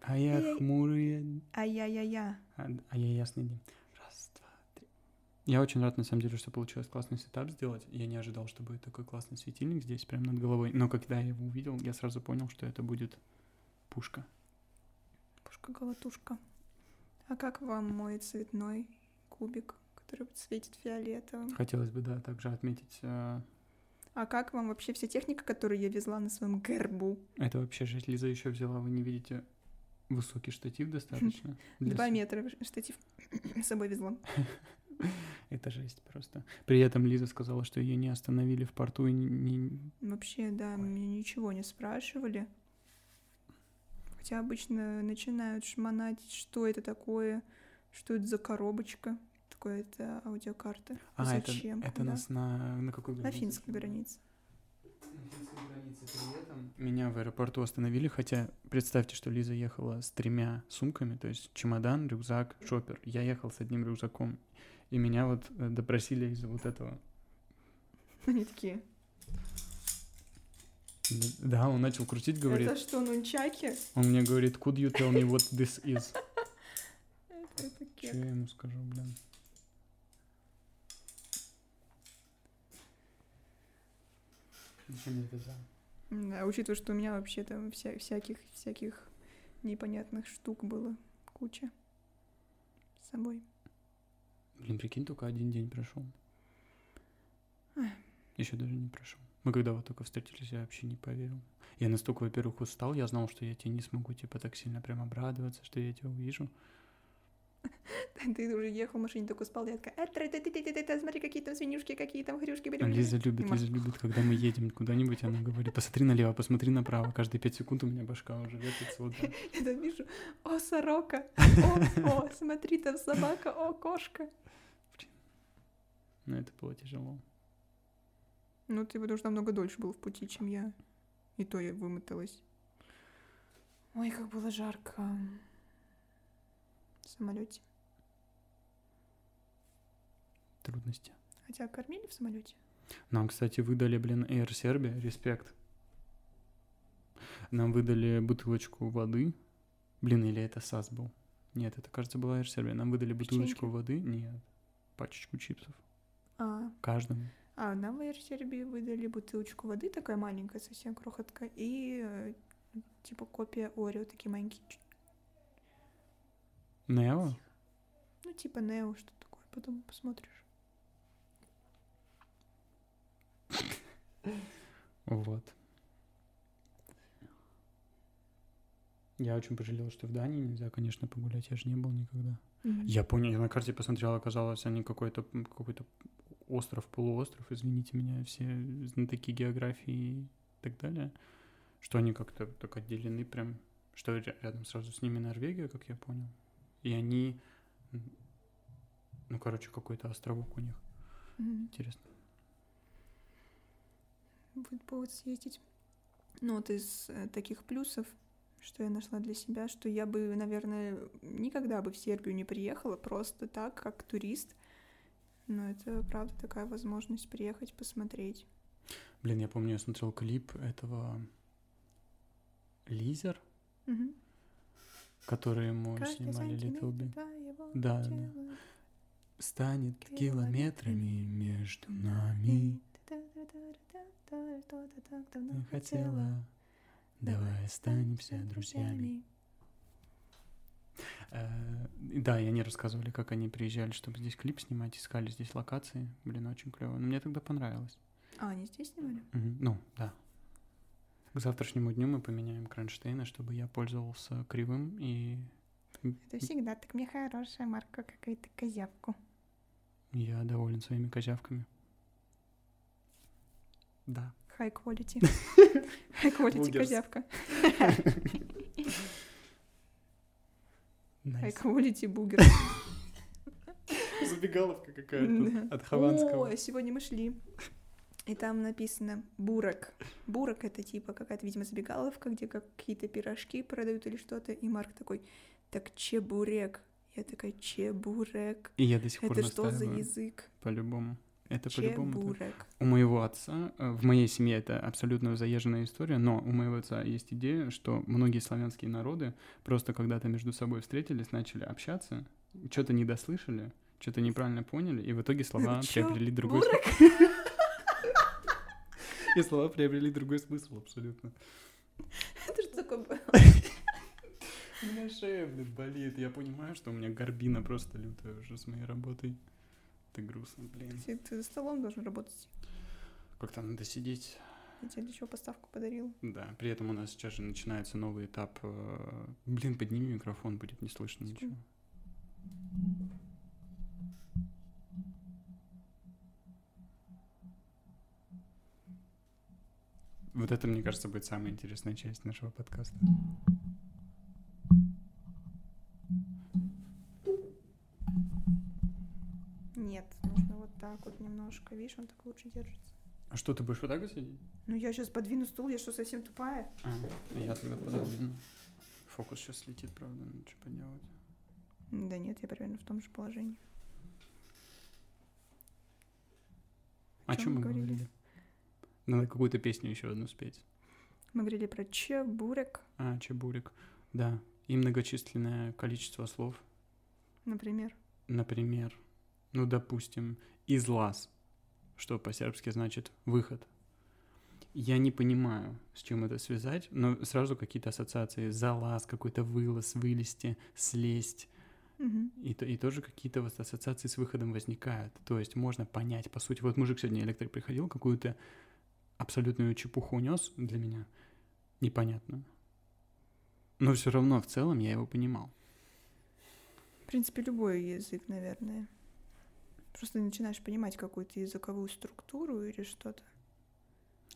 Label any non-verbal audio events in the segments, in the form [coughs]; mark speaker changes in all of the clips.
Speaker 1: А я
Speaker 2: Эй.
Speaker 1: хмурый.
Speaker 2: Ай-я-я-я.
Speaker 1: А, а я ясный день. Раз, два, три. Я очень рад, на самом деле, что получилось классный сетап сделать. Я не ожидал, что будет такой классный светильник здесь, прямо над головой. Но когда я его увидел, я сразу понял, что это будет пушка.
Speaker 2: Пушка-колотушка. А как вам мой цветной кубик, который светит фиолетовым?
Speaker 1: Хотелось бы, да, также отметить. э,
Speaker 2: А как вам вообще вся техника, которую я везла на своем гербу?
Speaker 1: Это вообще жесть. Лиза еще взяла, вы не видите, высокий штатив
Speaker 2: [laughs]
Speaker 1: достаточно. для
Speaker 2: Два
Speaker 1: с-
Speaker 2: метра штатив [coughs] с собой везла.
Speaker 1: Это жесть просто. При этом Лиза сказала, что ее не остановили в порту и не... не-
Speaker 2: Вообще, да, меня ничего не спрашивали. Хотя обычно начинают шмонать, что это такое, что это за коробочка. Такое это аудиокарта.
Speaker 1: А, это,
Speaker 2: Зачем?
Speaker 1: это
Speaker 2: Куда?
Speaker 1: нас на, на какой
Speaker 2: На
Speaker 1: границе?
Speaker 2: финской границе. [laughs]
Speaker 1: Меня в аэропорту остановили, хотя представьте, что Лиза ехала с тремя сумками, то есть чемодан, рюкзак, шопер. Я ехал с одним рюкзаком, и меня вот э, допросили из-за вот этого.
Speaker 2: Они такие,
Speaker 1: Д- Да, он начал крутить, говорит.
Speaker 2: это что, нунчаки?
Speaker 1: Он мне говорит, could you tell me what this is?
Speaker 2: Это такие.
Speaker 1: Что я ему скажу, блин? Ничего не вязал.
Speaker 2: Да, учитывая, что у меня вообще там вся- всяких всяких непонятных штук было куча с собой. [laughs]
Speaker 1: Блин, прикинь, только один день прошел.
Speaker 2: Эх.
Speaker 1: Еще даже не прошел. Мы когда вот только встретились, я вообще не поверил. Я настолько, во-первых, устал, я знал, что я тебе не смогу, типа, так сильно прям обрадоваться, что я тебя увижу.
Speaker 2: Ты уже ехал в машине, только спал, я такая, «А, тра-та-та-та-та-та, смотри, какие там свинюшки, какие там хрюшки.
Speaker 1: А Лиза
Speaker 2: брюшки».
Speaker 1: любит,
Speaker 2: И
Speaker 1: Лиза любит, когда мы едем куда-нибудь, она говорит, посмотри налево, посмотри направо. Каждые пять секунд у меня башка уже вертится вот так.
Speaker 2: [laughs] Я там вижу, о, сорока, о, о, смотри, там собака, о, кошка.
Speaker 1: Но это было тяжело.
Speaker 2: Ну, ты потому что намного дольше был в пути, чем я. И то я вымоталась. Ой, как было жарко. В самолете.
Speaker 1: Трудности.
Speaker 2: Хотя кормили в самолете.
Speaker 1: Нам, кстати, выдали, блин, Air Serbia, респект. Нам выдали бутылочку воды. Блин, или это САС был? Нет, это, кажется, была Air Serbia. Нам выдали бутылочку воды. Нет, пачечку чипсов.
Speaker 2: А,
Speaker 1: Каждому.
Speaker 2: а нам в Air Serbia выдали бутылочку воды, такая маленькая, совсем крохотка, и э, типа копия Орео, такие маленькие. чуть-
Speaker 1: Нео?
Speaker 2: Ну, типа Нео, что такое, потом посмотришь.
Speaker 1: Вот. Я очень пожалел, что в Дании нельзя, конечно, погулять. Я же не был никогда.
Speaker 2: Мгм.
Speaker 1: Я понял, я на карте посмотрел, оказалось, они какой-то какой остров, полуостров, извините меня, все знатоки географии и так далее, что они как-то так отделены прям, что ря- рядом сразу с ними Норвегия, как я понял, и они, м, ну, короче, какой-то островок у них,
Speaker 2: Мгм.
Speaker 1: интересно.
Speaker 2: будет повод съездить. Ну вот из э, таких плюсов, что я нашла для себя, что я бы, наверное, никогда бы в Сербию не приехала просто так, как турист. Но это, правда, такая возможность приехать, посмотреть.
Speaker 1: Блин, я помню, я смотрел клип этого Лизер,
Speaker 2: Мгм.
Speaker 1: который ему
Speaker 2: Каждый
Speaker 1: снимали Little
Speaker 2: сантиметр
Speaker 1: Big.
Speaker 2: твоего
Speaker 1: Да, да, да.
Speaker 2: тела.
Speaker 1: Станет
Speaker 2: Километрами
Speaker 1: километрами между нами.
Speaker 2: Та-та-та-та-та-та, что-то так давно
Speaker 1: Ну,
Speaker 2: хотела.
Speaker 1: хотела. Давай останемся друзьями. Э, и Да, и они рассказывали, как они приезжали, чтобы здесь клип снимать, искали здесь локации. Блин, очень клево. Но мне тогда понравилось.
Speaker 2: А, они здесь снимали?
Speaker 1: Мгм. Ну, да. К завтрашнему дню мы поменяем кронштейны, чтобы я пользовался кривым и
Speaker 2: Это всегда так мне хорошая марка, какая-то козявку.
Speaker 1: я доволен своими козявками. Да.
Speaker 2: High
Speaker 1: [laughs]
Speaker 2: quality. High quality
Speaker 1: Вугерс.
Speaker 2: козявка. High
Speaker 1: Найс.
Speaker 2: quality бугер.
Speaker 1: [laughs] Забегаловка какая-то
Speaker 2: Да.
Speaker 1: от Хованского.
Speaker 2: О, сегодня мы шли. И там написано бурок. Бурок это типа какая-то, видимо, забегаловка, где как- какие-то пирожки продают или что-то. И Марк такой, так чебурек. Я такая, чебурек.
Speaker 1: И я до сих пор
Speaker 2: Это что за
Speaker 1: настаиваю,
Speaker 2: язык?
Speaker 1: По-любому. Это по-любому. да.
Speaker 2: Чебурек.
Speaker 1: У моего отца, э, в моей семье это абсолютно заезженная история, но у моего отца есть идея, что многие славянские народы просто когда-то между собой встретились, начали общаться, что-то не дослышали, что-то неправильно поняли, и в итоге слова приобрели другой смысл. И слова приобрели другой смысл абсолютно.
Speaker 2: Это что такое было?
Speaker 1: У меня шея, блин, болит. Я понимаю, что у меня горбина просто лютая уже с моей работой. Это грустно, блин.
Speaker 2: [laughs] Ты, ты за столом должен работать.
Speaker 1: Как-то надо сидеть.
Speaker 2: Я тебе для чего поставку подарил?
Speaker 1: Да, при этом у нас сейчас же начинается новый этап. э, Блин, подними микрофон, будет не слышно
Speaker 2: Секунду.
Speaker 1: ничего. Вот это, мне кажется, будет самая интересная часть нашего подкаста.
Speaker 2: Нет, нужно вот так вот немножко. Видишь, он так лучше держится.
Speaker 1: А что, ты будешь вот так вот сидеть?
Speaker 2: Ну я сейчас подвину стул, я что, совсем тупая?
Speaker 1: А, я тогда подожду. Фокус сейчас слетит, правда, ну что поделать.
Speaker 2: Да нет, я примерно в том же положении.
Speaker 1: О
Speaker 2: чём
Speaker 1: чем
Speaker 2: мы
Speaker 1: мы
Speaker 2: говорили?
Speaker 1: говорили? Надо какую-то песню еще одну спеть.
Speaker 2: Мы говорили про чебурек,
Speaker 1: А, чебурек. Да. И многочисленное количество слов.
Speaker 2: например.
Speaker 1: Например, ну, допустим, излаз, что по-сербски значит выход. Я не понимаю, с чем это связать, но сразу какие-то ассоциации. Залаз, какой-то вылаз, вылезти, слезть.
Speaker 2: Мгм.
Speaker 1: И, то- и тоже какие-то вот ассоциации с выходом возникают. То есть можно понять, по сути, вот мужик сегодня электрик приходил, какую-то абсолютную чепуху унес для меня, непонятную. Но все равно в целом я его понимал.
Speaker 2: В принципе, любой язык, наверное. Просто начинаешь понимать какую-то языковую структуру или что-то.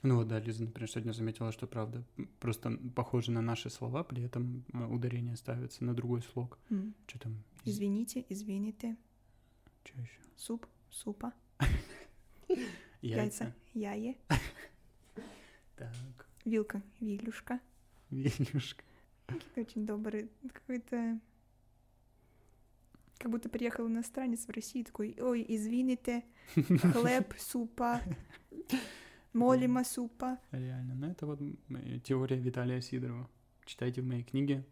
Speaker 1: Ну вот, да, Лиза, например, сегодня заметила, что правда м, просто похоже на наши слова, при этом э, ударение ставится на другой слог.
Speaker 2: М.
Speaker 1: Что там? Из...
Speaker 2: Извините, извините.
Speaker 1: Чё ещё?
Speaker 2: Суп, супа,
Speaker 1: Яйца.
Speaker 2: яйца, яе,
Speaker 1: Так,
Speaker 2: вилка, вилюшка.
Speaker 1: [laughs] вилюшка.
Speaker 2: Какие-то очень добрые. Какой-то... Как будто приехал иностранец в Россию такой, ой, извините, хлеб, супа, молима, супа.
Speaker 1: Реально. Ну это вот м, э, теория Виталия Сидорова. Читайте в моей книге.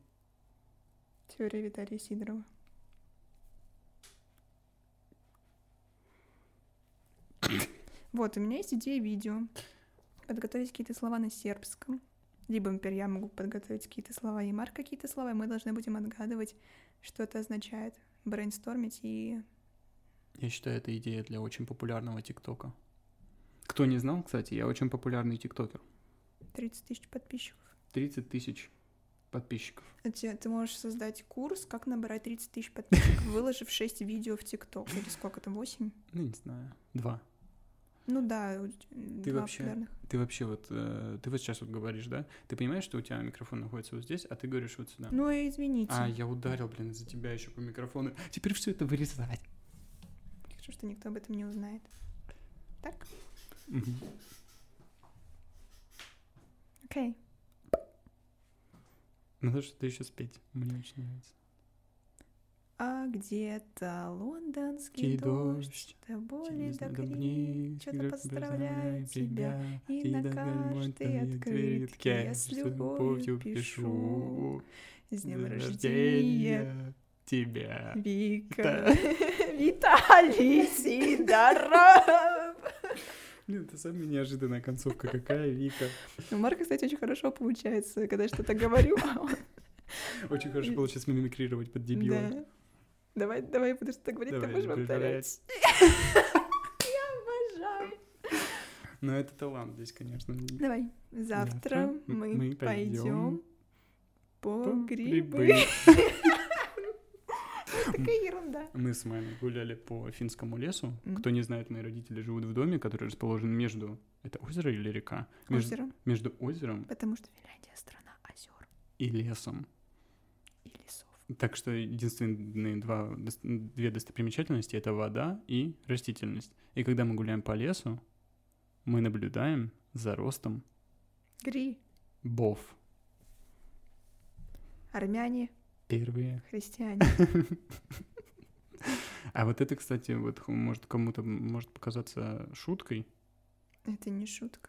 Speaker 2: Теория Виталия Сидорова. Вот, у меня есть идея видео. Подготовить какие-то слова на сербском. Либо, например, я могу подготовить какие-то слова, и Марк какие-то слова, и мы должны будем отгадывать, что это означает. Брейнстормить и...
Speaker 1: Я считаю, это идея для очень популярного ТикТока. Кто не знал, кстати, я очень популярный ТикТокер.
Speaker 2: 30 тысяч подписчиков.
Speaker 1: 30 тысяч подписчиков.
Speaker 2: А те- Ты можешь создать курс, как набрать 30 тысяч подписчиков, [laughs] выложив 6 видео в ТикТок. Или сколько там, 8?
Speaker 1: Ну, не знаю. Два.
Speaker 2: Ну да, у т- два
Speaker 1: вообще-
Speaker 2: популярных.
Speaker 1: Ты вообще вот... э, ты вот сейчас вот говоришь, да? Ты понимаешь, что у тебя микрофон находится вот здесь, а ты говоришь вот сюда.
Speaker 2: Ну и извините.
Speaker 1: а, я ударил, блин, за тебя еще по микрофону. Теперь все это вырезать.
Speaker 2: Хорошо, что никто об этом не узнает. Так?
Speaker 1: Мгм.
Speaker 2: Окей.
Speaker 1: Надо что-то еще спеть. Мне очень нравится.
Speaker 2: А где-то лондонский
Speaker 1: Ский
Speaker 2: дождь,
Speaker 1: дождь,
Speaker 2: тобой
Speaker 1: Тебе
Speaker 2: ли
Speaker 1: знак
Speaker 2: догни,
Speaker 1: добни,
Speaker 2: что-то
Speaker 1: как
Speaker 2: поздравляю
Speaker 1: поздравляю
Speaker 2: тебя. И на каждой открытке
Speaker 1: открытке
Speaker 2: я с любовью
Speaker 1: любовью
Speaker 2: пишу. С днем
Speaker 1: Днём
Speaker 2: рождения, [laughs]
Speaker 1: тебя.
Speaker 2: Вика, [laughs] Виталий Сидоров.
Speaker 1: Блин, это самая неожиданная концовка. Какая Вика.
Speaker 2: У Марка, кстати, очень хорошо получается, когда я что-то говорю. а [laughs] он-
Speaker 1: Очень хорошо получилось мимикрировать под дебила.
Speaker 2: Да. Давай, давай, буду что-то говорить, ты
Speaker 1: Давай,
Speaker 2: можешь повторять.
Speaker 1: повторять.
Speaker 2: Я обожаю.
Speaker 1: Но это талант здесь, конечно.
Speaker 2: Давай, завтра
Speaker 1: Завтра
Speaker 2: мы,
Speaker 1: мы
Speaker 2: пойдем
Speaker 1: пойдем
Speaker 2: по,
Speaker 1: по
Speaker 2: грибы. [laughs]
Speaker 1: грибы.
Speaker 2: Такая ерунда.
Speaker 1: Мы с мамой гуляли по финскому лесу.
Speaker 2: Мгм.
Speaker 1: Кто не знает, мои родители живут в доме, который расположен между... Это озеро или река? Между-
Speaker 2: Озеро,
Speaker 1: Между озером
Speaker 2: потому что Финляндия страна озер
Speaker 1: и лесом.
Speaker 2: и лесов.
Speaker 1: Так что единственные два, дос- две достопримечательности — это вода и растительность. И когда мы гуляем по лесу, мы наблюдаем за ростом
Speaker 2: Гри,
Speaker 1: бов.
Speaker 2: армяне,
Speaker 1: Первые
Speaker 2: христиане.
Speaker 1: [laughs] А вот это, кстати, вот х- может кому-то может показаться шуткой,
Speaker 2: Это не шутка.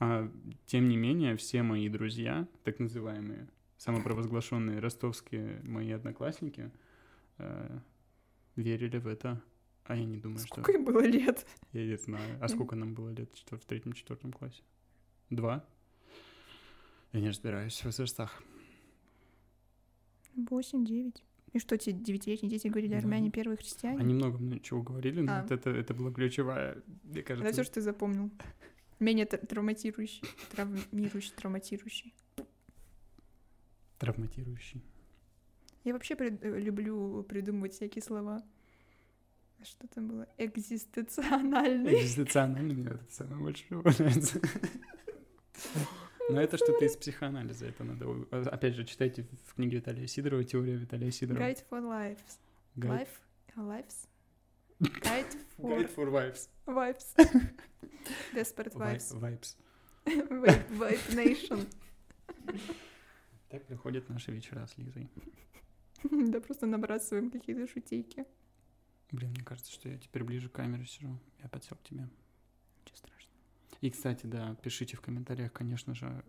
Speaker 1: а тем не менее все мои друзья, так называемые, самопровозглашенные ростовские мои одноклассники, э, верили в это. А я не думаю,
Speaker 2: Сколько им было лет?
Speaker 1: что... Я не знаю. А сколько нам было лет в четвер- в третьем, четвертом классе? Два? Я не разбираюсь в возрастах.
Speaker 2: Восемь, девять. И что тебе девятилетние дети говорили,
Speaker 1: Да.
Speaker 2: армяне первые христиане?
Speaker 1: Ну, Они много мне чего говорили, но
Speaker 2: А.
Speaker 1: вот это, это была ключевая, мне кажется...
Speaker 2: Это все, что
Speaker 1: [laughs]
Speaker 2: ты запомнил. Менее тр- травматирующий, травмирующий, травматирующий.
Speaker 1: Травматирующий.
Speaker 2: Я вообще прид- э, люблю придумывать всякие слова. Что там было? Экзистенциональный.
Speaker 1: Экзистенционально мне это самое больше всего нравится. Но это что-то из психоанализа, это надо... у- а, Опять же, читайте в книге Виталия Сидорова «Теория Виталия Сидорова».
Speaker 2: Guide for lives.
Speaker 1: Guide-
Speaker 2: Life? Lives? Guide for
Speaker 1: Guide for Vibes.
Speaker 2: vibes.
Speaker 1: [laughs]
Speaker 2: Desperate vibes.
Speaker 1: Vi- Vibes.
Speaker 2: Vibe Vibe Nation.
Speaker 1: Так проходят наши вечера с Лизой.
Speaker 2: Да просто набрасываем какие-то шутейки.
Speaker 1: Блин, мне кажется, что я теперь ближе к камере сижу. Я подсел к тебе.
Speaker 2: Ничего страшного.
Speaker 1: И, кстати, да, пишите в комментариях, конечно же,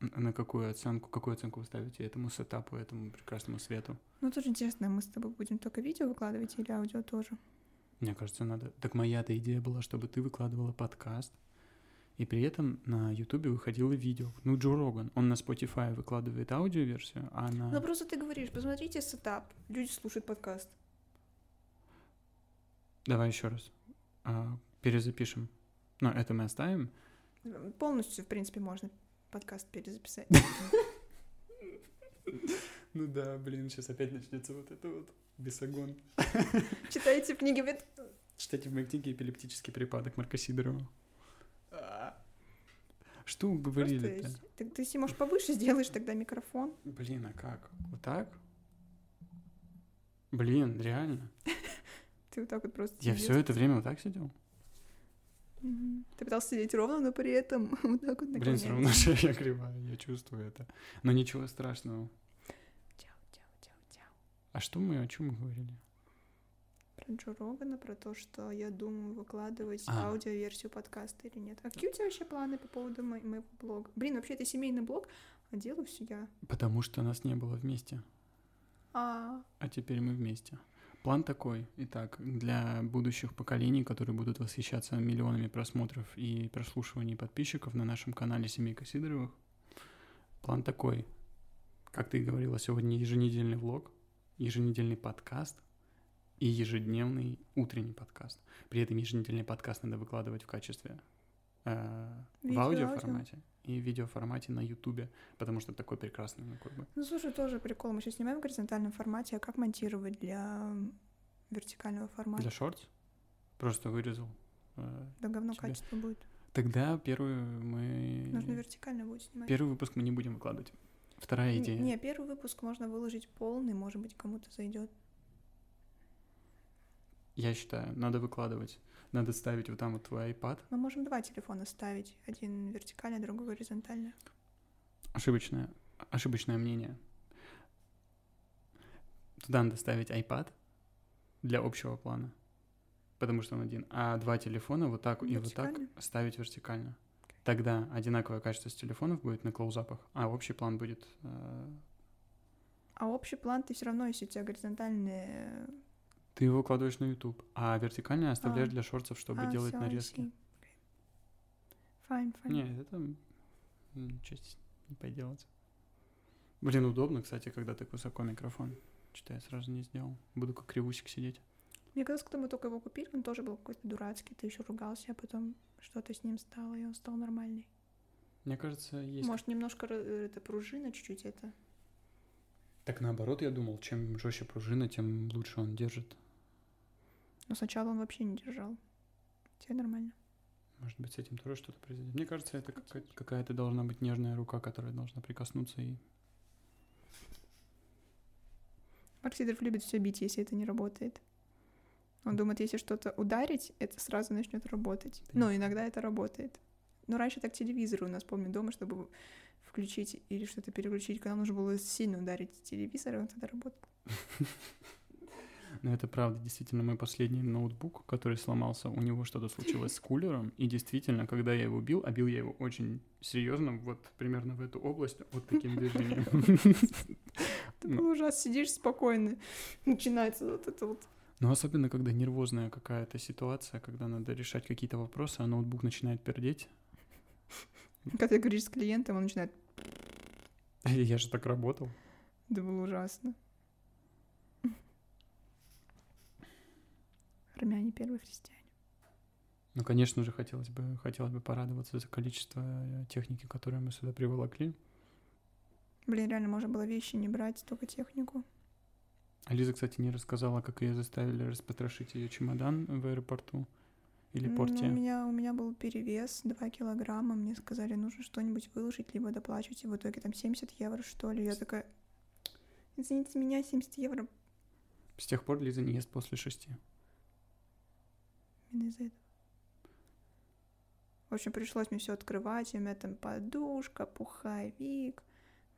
Speaker 1: н- на какую оценку, какую оценку вы ставите этому сетапу, этому прекрасному свету.
Speaker 2: Ну, тоже интересно, мы с тобой будем только видео выкладывать или аудио тоже?
Speaker 1: Мне кажется, надо. Так моя-то идея была, чтобы ты выкладывала подкаст, и при этом на Ютубе выходило видео. Ну, Джо Роган, он на Spotify выкладывает аудиоверсию, а на...
Speaker 2: Ну, просто ты говоришь, посмотрите сетап, люди слушают подкаст.
Speaker 1: Давай еще раз. А, перезапишем. Но это мы оставим.
Speaker 2: Полностью, в принципе, можно подкаст перезаписать.
Speaker 1: Ну да, блин, сейчас опять начнется вот это вот бесогон.
Speaker 2: Читайте книги.
Speaker 1: Читайте в моей книге «Эпилептический припадок» Марка Сидорова. Что вы говорили
Speaker 2: Просто, ты, ты если, может, повыше сделаешь тогда микрофон.
Speaker 1: Блин, а как? Вот так? Блин, реально?
Speaker 2: Ты вот так вот просто
Speaker 1: Я
Speaker 2: сидишь.
Speaker 1: все это время вот так сидел?
Speaker 2: Мгм. Ты пытался сидеть ровно, но при этом [laughs] вот так вот
Speaker 1: Блин, все равно
Speaker 2: наклоняешься.
Speaker 1: шея кривая, я чувствую это. Но ничего страшного.
Speaker 2: Тяу, тяу, тяу, тяу.
Speaker 1: А что мы, о чем мы говорили?
Speaker 2: Про Джо Рогана, про то, что я думаю выкладывать
Speaker 1: А.
Speaker 2: аудиоверсию подкаста или нет. А какие у тебя вообще планы по поводу мо- моего блога? Блин, вообще это семейный блог, а делаю все я.
Speaker 1: Потому что нас не было вместе,
Speaker 2: А,
Speaker 1: а теперь мы вместе. План такой. Итак, для будущих поколений, которые будут восхищаться миллионами просмотров и прослушиваний подписчиков на нашем канале Семейка Сидоровых, план такой. Как ты и говорила, сегодня еженедельный влог, еженедельный подкаст и ежедневный утренний подкаст. При этом еженедельный подкаст надо выкладывать в качестве э, в
Speaker 2: Видео, аудио.
Speaker 1: аудиоформате и в видеоформате на Ютубе, потому что такой прекрасный, ну, как бы,
Speaker 2: ну слушай, тоже прикол. Мы сейчас снимаем в горизонтальном формате, а как монтировать для вертикального формата?
Speaker 1: Для шортс? Просто вырезал. Э,
Speaker 2: Да говно
Speaker 1: тебя.
Speaker 2: качество будет.
Speaker 1: Тогда первую мы...
Speaker 2: Нужно вертикально будет снимать.
Speaker 1: Первый выпуск мы не будем выкладывать. Вторая
Speaker 2: Н-
Speaker 1: идея.
Speaker 2: Не, первый выпуск можно выложить полный, может быть, кому-то зайдет.
Speaker 1: Я считаю, надо выкладывать. Надо ставить вот там вот твой iPad.
Speaker 2: Мы можем два телефона ставить. Один вертикально, другой горизонтально.
Speaker 1: Ошибочное, ошибочное мнение. Туда надо ставить iPad для общего плана. Потому что он один. А два телефона вот так и вот так
Speaker 2: Вертикально?
Speaker 1: ставить вертикально. Тогда одинаковое качество с телефонов будет на клоузапах, а общий план будет э,
Speaker 2: А общий план ты все равно, если у тебя горизонтальные... э,
Speaker 1: Ты его кладешь на YouTube, а вертикально оставляешь
Speaker 2: А.
Speaker 1: для шорцев, чтобы
Speaker 2: а,
Speaker 1: делать
Speaker 2: всё, I
Speaker 1: нарезки.
Speaker 2: see. Fine, fine.
Speaker 1: Не, это м, ничего здесь не поделать. Блин, удобно, кстати, когда так высоко микрофон. Что-то я сразу не сделал. Буду как кривусик сидеть.
Speaker 2: Мне казалось, когда мы только его купили, он тоже был какой-то дурацкий, ты еще ругался, а потом что-то с ним стало, и он стал нормальный.
Speaker 1: Мне кажется, есть...
Speaker 2: Может, немножко э, это пружина чуть-чуть это.
Speaker 1: Так наоборот, я думал, чем жестче пружина, тем лучше он держит.
Speaker 2: Но сначала он вообще не держал. Тебе нормально.
Speaker 1: Может быть, с этим тоже что-то произойдет. Мне кажется, это какая- какая-то должна быть нежная рука, которая должна прикоснуться и...
Speaker 2: Марк Сидоров любит все бить, если это не работает. Он думает, если что-то ударить, это сразу начнет работать.
Speaker 1: Да
Speaker 2: Но
Speaker 1: нет.
Speaker 2: иногда это работает. Но раньше так телевизоры у нас, помню, дома, чтобы включить или что-то переключить, когда нужно было сильно ударить телевизор, и он тогда работал.
Speaker 1: Но это правда, действительно, мой последний ноутбук, который сломался, у него что-то случилось с кулером, и действительно, когда я его бил, а бил я его очень серьезно, вот примерно в эту область, вот таким движением.
Speaker 2: Ты ужас, сидишь спокойно, [laughs] начинается вот это вот.
Speaker 1: Но особенно, когда нервозная какая-то ситуация, когда надо решать какие-то вопросы, а ноутбук начинает пердеть. [laughs]
Speaker 2: Когда ты говоришь с клиентом, он начинает...
Speaker 1: Я же так работал.
Speaker 2: Да было ужасно. [laughs] Армяне первые христиане.
Speaker 1: Ну, конечно же, хотелось бы, хотелось бы порадоваться за количество э, техники, которую мы сюда приволокли.
Speaker 2: Блин, реально можно было вещи не брать, только технику.
Speaker 1: А Лиза, кстати, не рассказала, как ее заставили распотрошить ее чемодан в аэропорту или
Speaker 2: Ну,
Speaker 1: порте.
Speaker 2: у, меня, у меня был перевес 2 килограмма, мне сказали, нужно что-нибудь выложить, либо доплачивать, и в итоге там 70 евро, что ли. Я такая, извините меня, 70 евро
Speaker 1: С тех пор Лиза не ест после шести.
Speaker 2: именно из-за этого. В общем, пришлось мне все открывать, у меня там подушка, пуховик.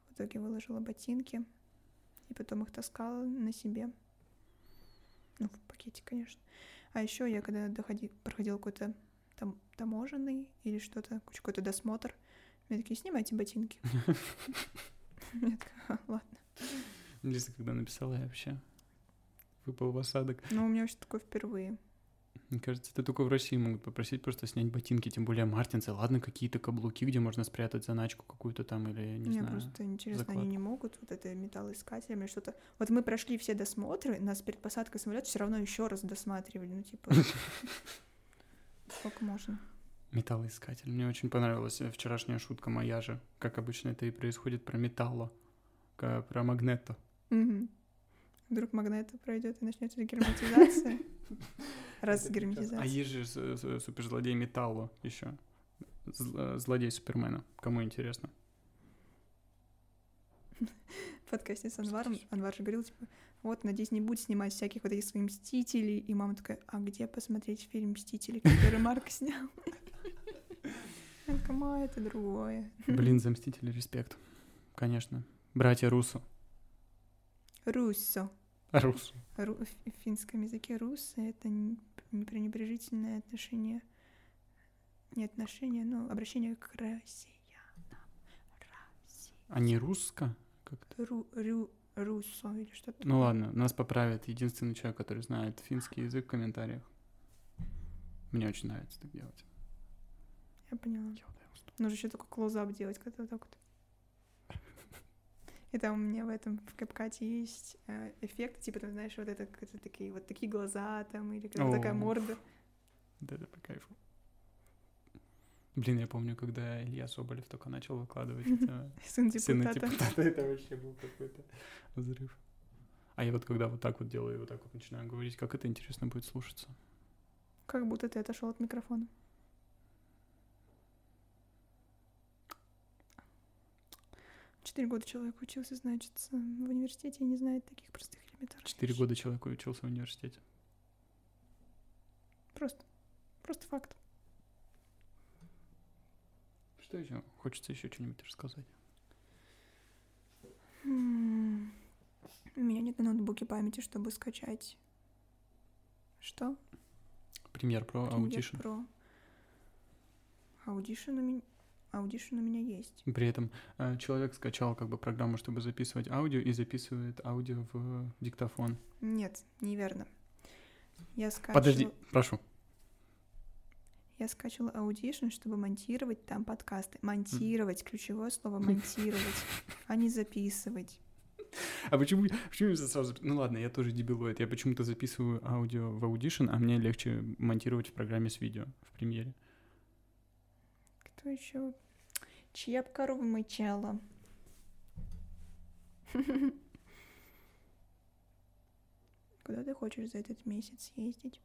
Speaker 2: В итоге выложила ботинки, и потом их таскала на себе. Ну, в пакете, конечно. А еще я когда доходи, проходил какой-то там таможенный или что-то, короче, какой-то досмотр, мне такие, снимайте ботинки. Я такая, «А, ладно.
Speaker 1: Лиза, когда написала, я вообще выпал в осадок.
Speaker 2: Но Ну, у меня вообще такое впервые.
Speaker 1: Мне кажется, это только в России могут попросить просто снять ботинки, тем более мартинцы. Ладно, какие-то каблуки, где можно спрятать заначку какую-то там или, не
Speaker 2: Мне
Speaker 1: знаю.
Speaker 2: просто интересно,
Speaker 1: закладку.
Speaker 2: они не могут вот это металлоискателями что-то. Вот мы прошли все досмотры, нас перед посадкой самолета все равно еще раз досматривали,
Speaker 1: [laughs]
Speaker 2: ну типа. Сколько можно?
Speaker 1: Металлоискатель. Мне очень понравилась э, вчерашняя шутка моя же. Как обычно это и происходит про металло, ка- про магнето.
Speaker 2: Мгм. Вдруг магнит пройдет и начнется
Speaker 1: [laughs]
Speaker 2: герметизация. Раз
Speaker 1: Это прекрасно. А
Speaker 2: герметизация.
Speaker 1: есть же с- с- суперзлодей металло еще. Зл- э, Злодей Супермена. Кому интересно?
Speaker 2: [laughs] В подкасте с Анваром Анвар же говорил, типа, вот, надеюсь, не будет снимать всяких вот этих своих «Мстителей». И мама такая, а где посмотреть фильм «Мстители», который
Speaker 1: [laughs]
Speaker 2: Марк снял? Я такая, «Ма, это другое.
Speaker 1: Блин, за Мстители респект. Конечно. Братья Руссо.
Speaker 2: Руссо.
Speaker 1: Руссо.
Speaker 2: Ру- в финском языке русы это н- не пренебрежительное отношение, не отношение, но обращение к россиянам. Россия.
Speaker 1: А не русско? Как-то.
Speaker 2: Ру, рю, руссо или что-то.
Speaker 1: Ну ладно, нас поправит единственный человек, который знает финский язык в комментариях. Мне очень нравится так делать.
Speaker 2: Я поняла. Нужно еще такой клоузап делать, когда ты вот так вот. И там у меня в этом в капкате есть э, эффект, типа там, знаешь, вот это, как это такие вот такие глаза там, или как- вот такая
Speaker 1: О.
Speaker 2: морда.
Speaker 1: Да, да, по кайфу. Блин, я помню, когда Илья Соболев только начал выкладывать это
Speaker 2: Сын
Speaker 1: сына
Speaker 2: депутата.
Speaker 1: депутата, это вообще был какой-то взрыв. А я вот когда вот так вот делаю, и вот так вот начинаю говорить, как это интересно будет слушаться.
Speaker 2: Как будто ты отошел от микрофона. Четыре года человек учился, значит, в университете и не знает таких простых элементарных.
Speaker 1: Четыре
Speaker 2: вещей.
Speaker 1: года человек учился в университете.
Speaker 2: Просто. Просто факт.
Speaker 1: Что еще? Хочется еще что-нибудь рассказать.
Speaker 2: М, У меня нет на ноутбуке памяти, чтобы скачать. Что?
Speaker 1: Премьер про аутишн.
Speaker 2: Про. Аудишн у меня. Аудишн у меня есть.
Speaker 1: При этом э, человек скачал как бы программу, чтобы записывать аудио, и записывает аудио в э, диктофон.
Speaker 2: Нет, неверно. Я скачивала...
Speaker 1: Подожди, прошу.
Speaker 2: Я скачала Audition, чтобы монтировать там подкасты. Монтировать, ключевое слово монтировать, а не записывать.
Speaker 1: А почему, почему я сразу... Ну ладно, я тоже дебилоид. Я почему-то записываю аудио в Audition, а мне легче монтировать в программе с видео в премьере.
Speaker 2: Кто еще? Чья б корова мычала? [laughs] Куда ты хочешь за этот месяц ездить?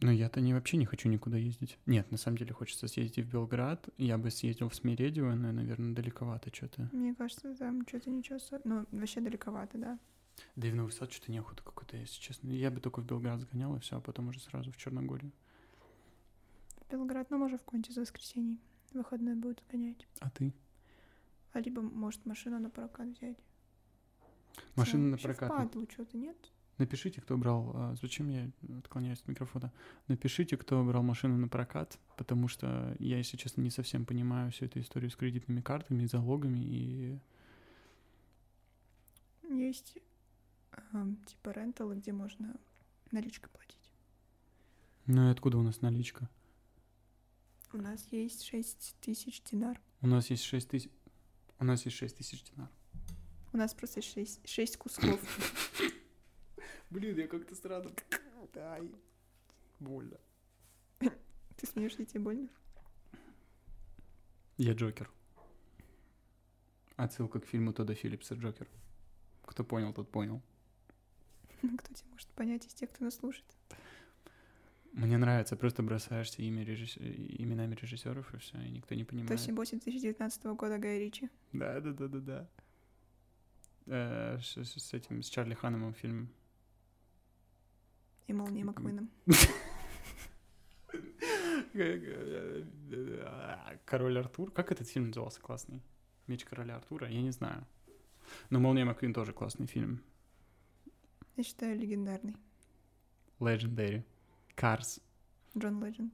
Speaker 1: Но я-то не, вообще не хочу никуда ездить. Нет, на самом деле хочется съездить в Белград. Я бы съездил в Смиредио, но, наверное, далековато что-то.
Speaker 2: Мне кажется, там что-то ничего... осо- Ну, вообще далековато, да?
Speaker 1: Да и в Новый Сад что-то неохота какой-то, если честно. Я бы только в Белград сгонял, и все, а потом уже сразу в Черногорию.
Speaker 2: В Белград, ну, может, в конче за воскресенье. Выходной будут гонять.
Speaker 1: А ты?
Speaker 2: А либо, может, машину на прокат взять.
Speaker 1: Машины на
Speaker 2: Вообще в
Speaker 1: прокат.
Speaker 2: падлу что-то нет.
Speaker 1: Напишите, кто брал... а, Зачем я отклоняюсь от микрофона? Напишите, кто брал машину на прокат, потому что я, если честно, не совсем понимаю всю эту историю с кредитными картами, залогами и...
Speaker 2: Есть ам, типа ренталы, где можно наличкой платить.
Speaker 1: Ну и откуда у нас наличка?
Speaker 2: У нас есть 6 тысяч динар.
Speaker 1: У нас есть 6 тысяч... У нас есть 6 тысяч динар.
Speaker 2: У нас просто 6, шесть кусков.
Speaker 1: [laughs] Блин, я как-то сразу... Ай, больно.
Speaker 2: Ты смеешься, тебе больно?
Speaker 1: Я Джокер. Отсылка к фильму Тодда Филлипса «Джокер». Кто понял, тот понял.
Speaker 2: Ну, Кто тебя может понять из тех, кто нас слушает?
Speaker 1: Мне нравится, просто бросаешься имя режисс- именами режиссеров, и все, и никто не понимает.
Speaker 2: 178 2019 года Гай Ричи.
Speaker 1: Да, да, да, да, да. Э, с, с- с этим, с Чарли Ханномом фильм.
Speaker 2: И молния
Speaker 1: М.
Speaker 2: Маквином.
Speaker 1: Король Артур. Как этот фильм назывался классный? Меч короля Артура? Я не знаю. Но «Молния Маквин» тоже классный фильм.
Speaker 2: Я считаю, легендарный.
Speaker 1: Legendary. Cars.
Speaker 2: Джон Леджин.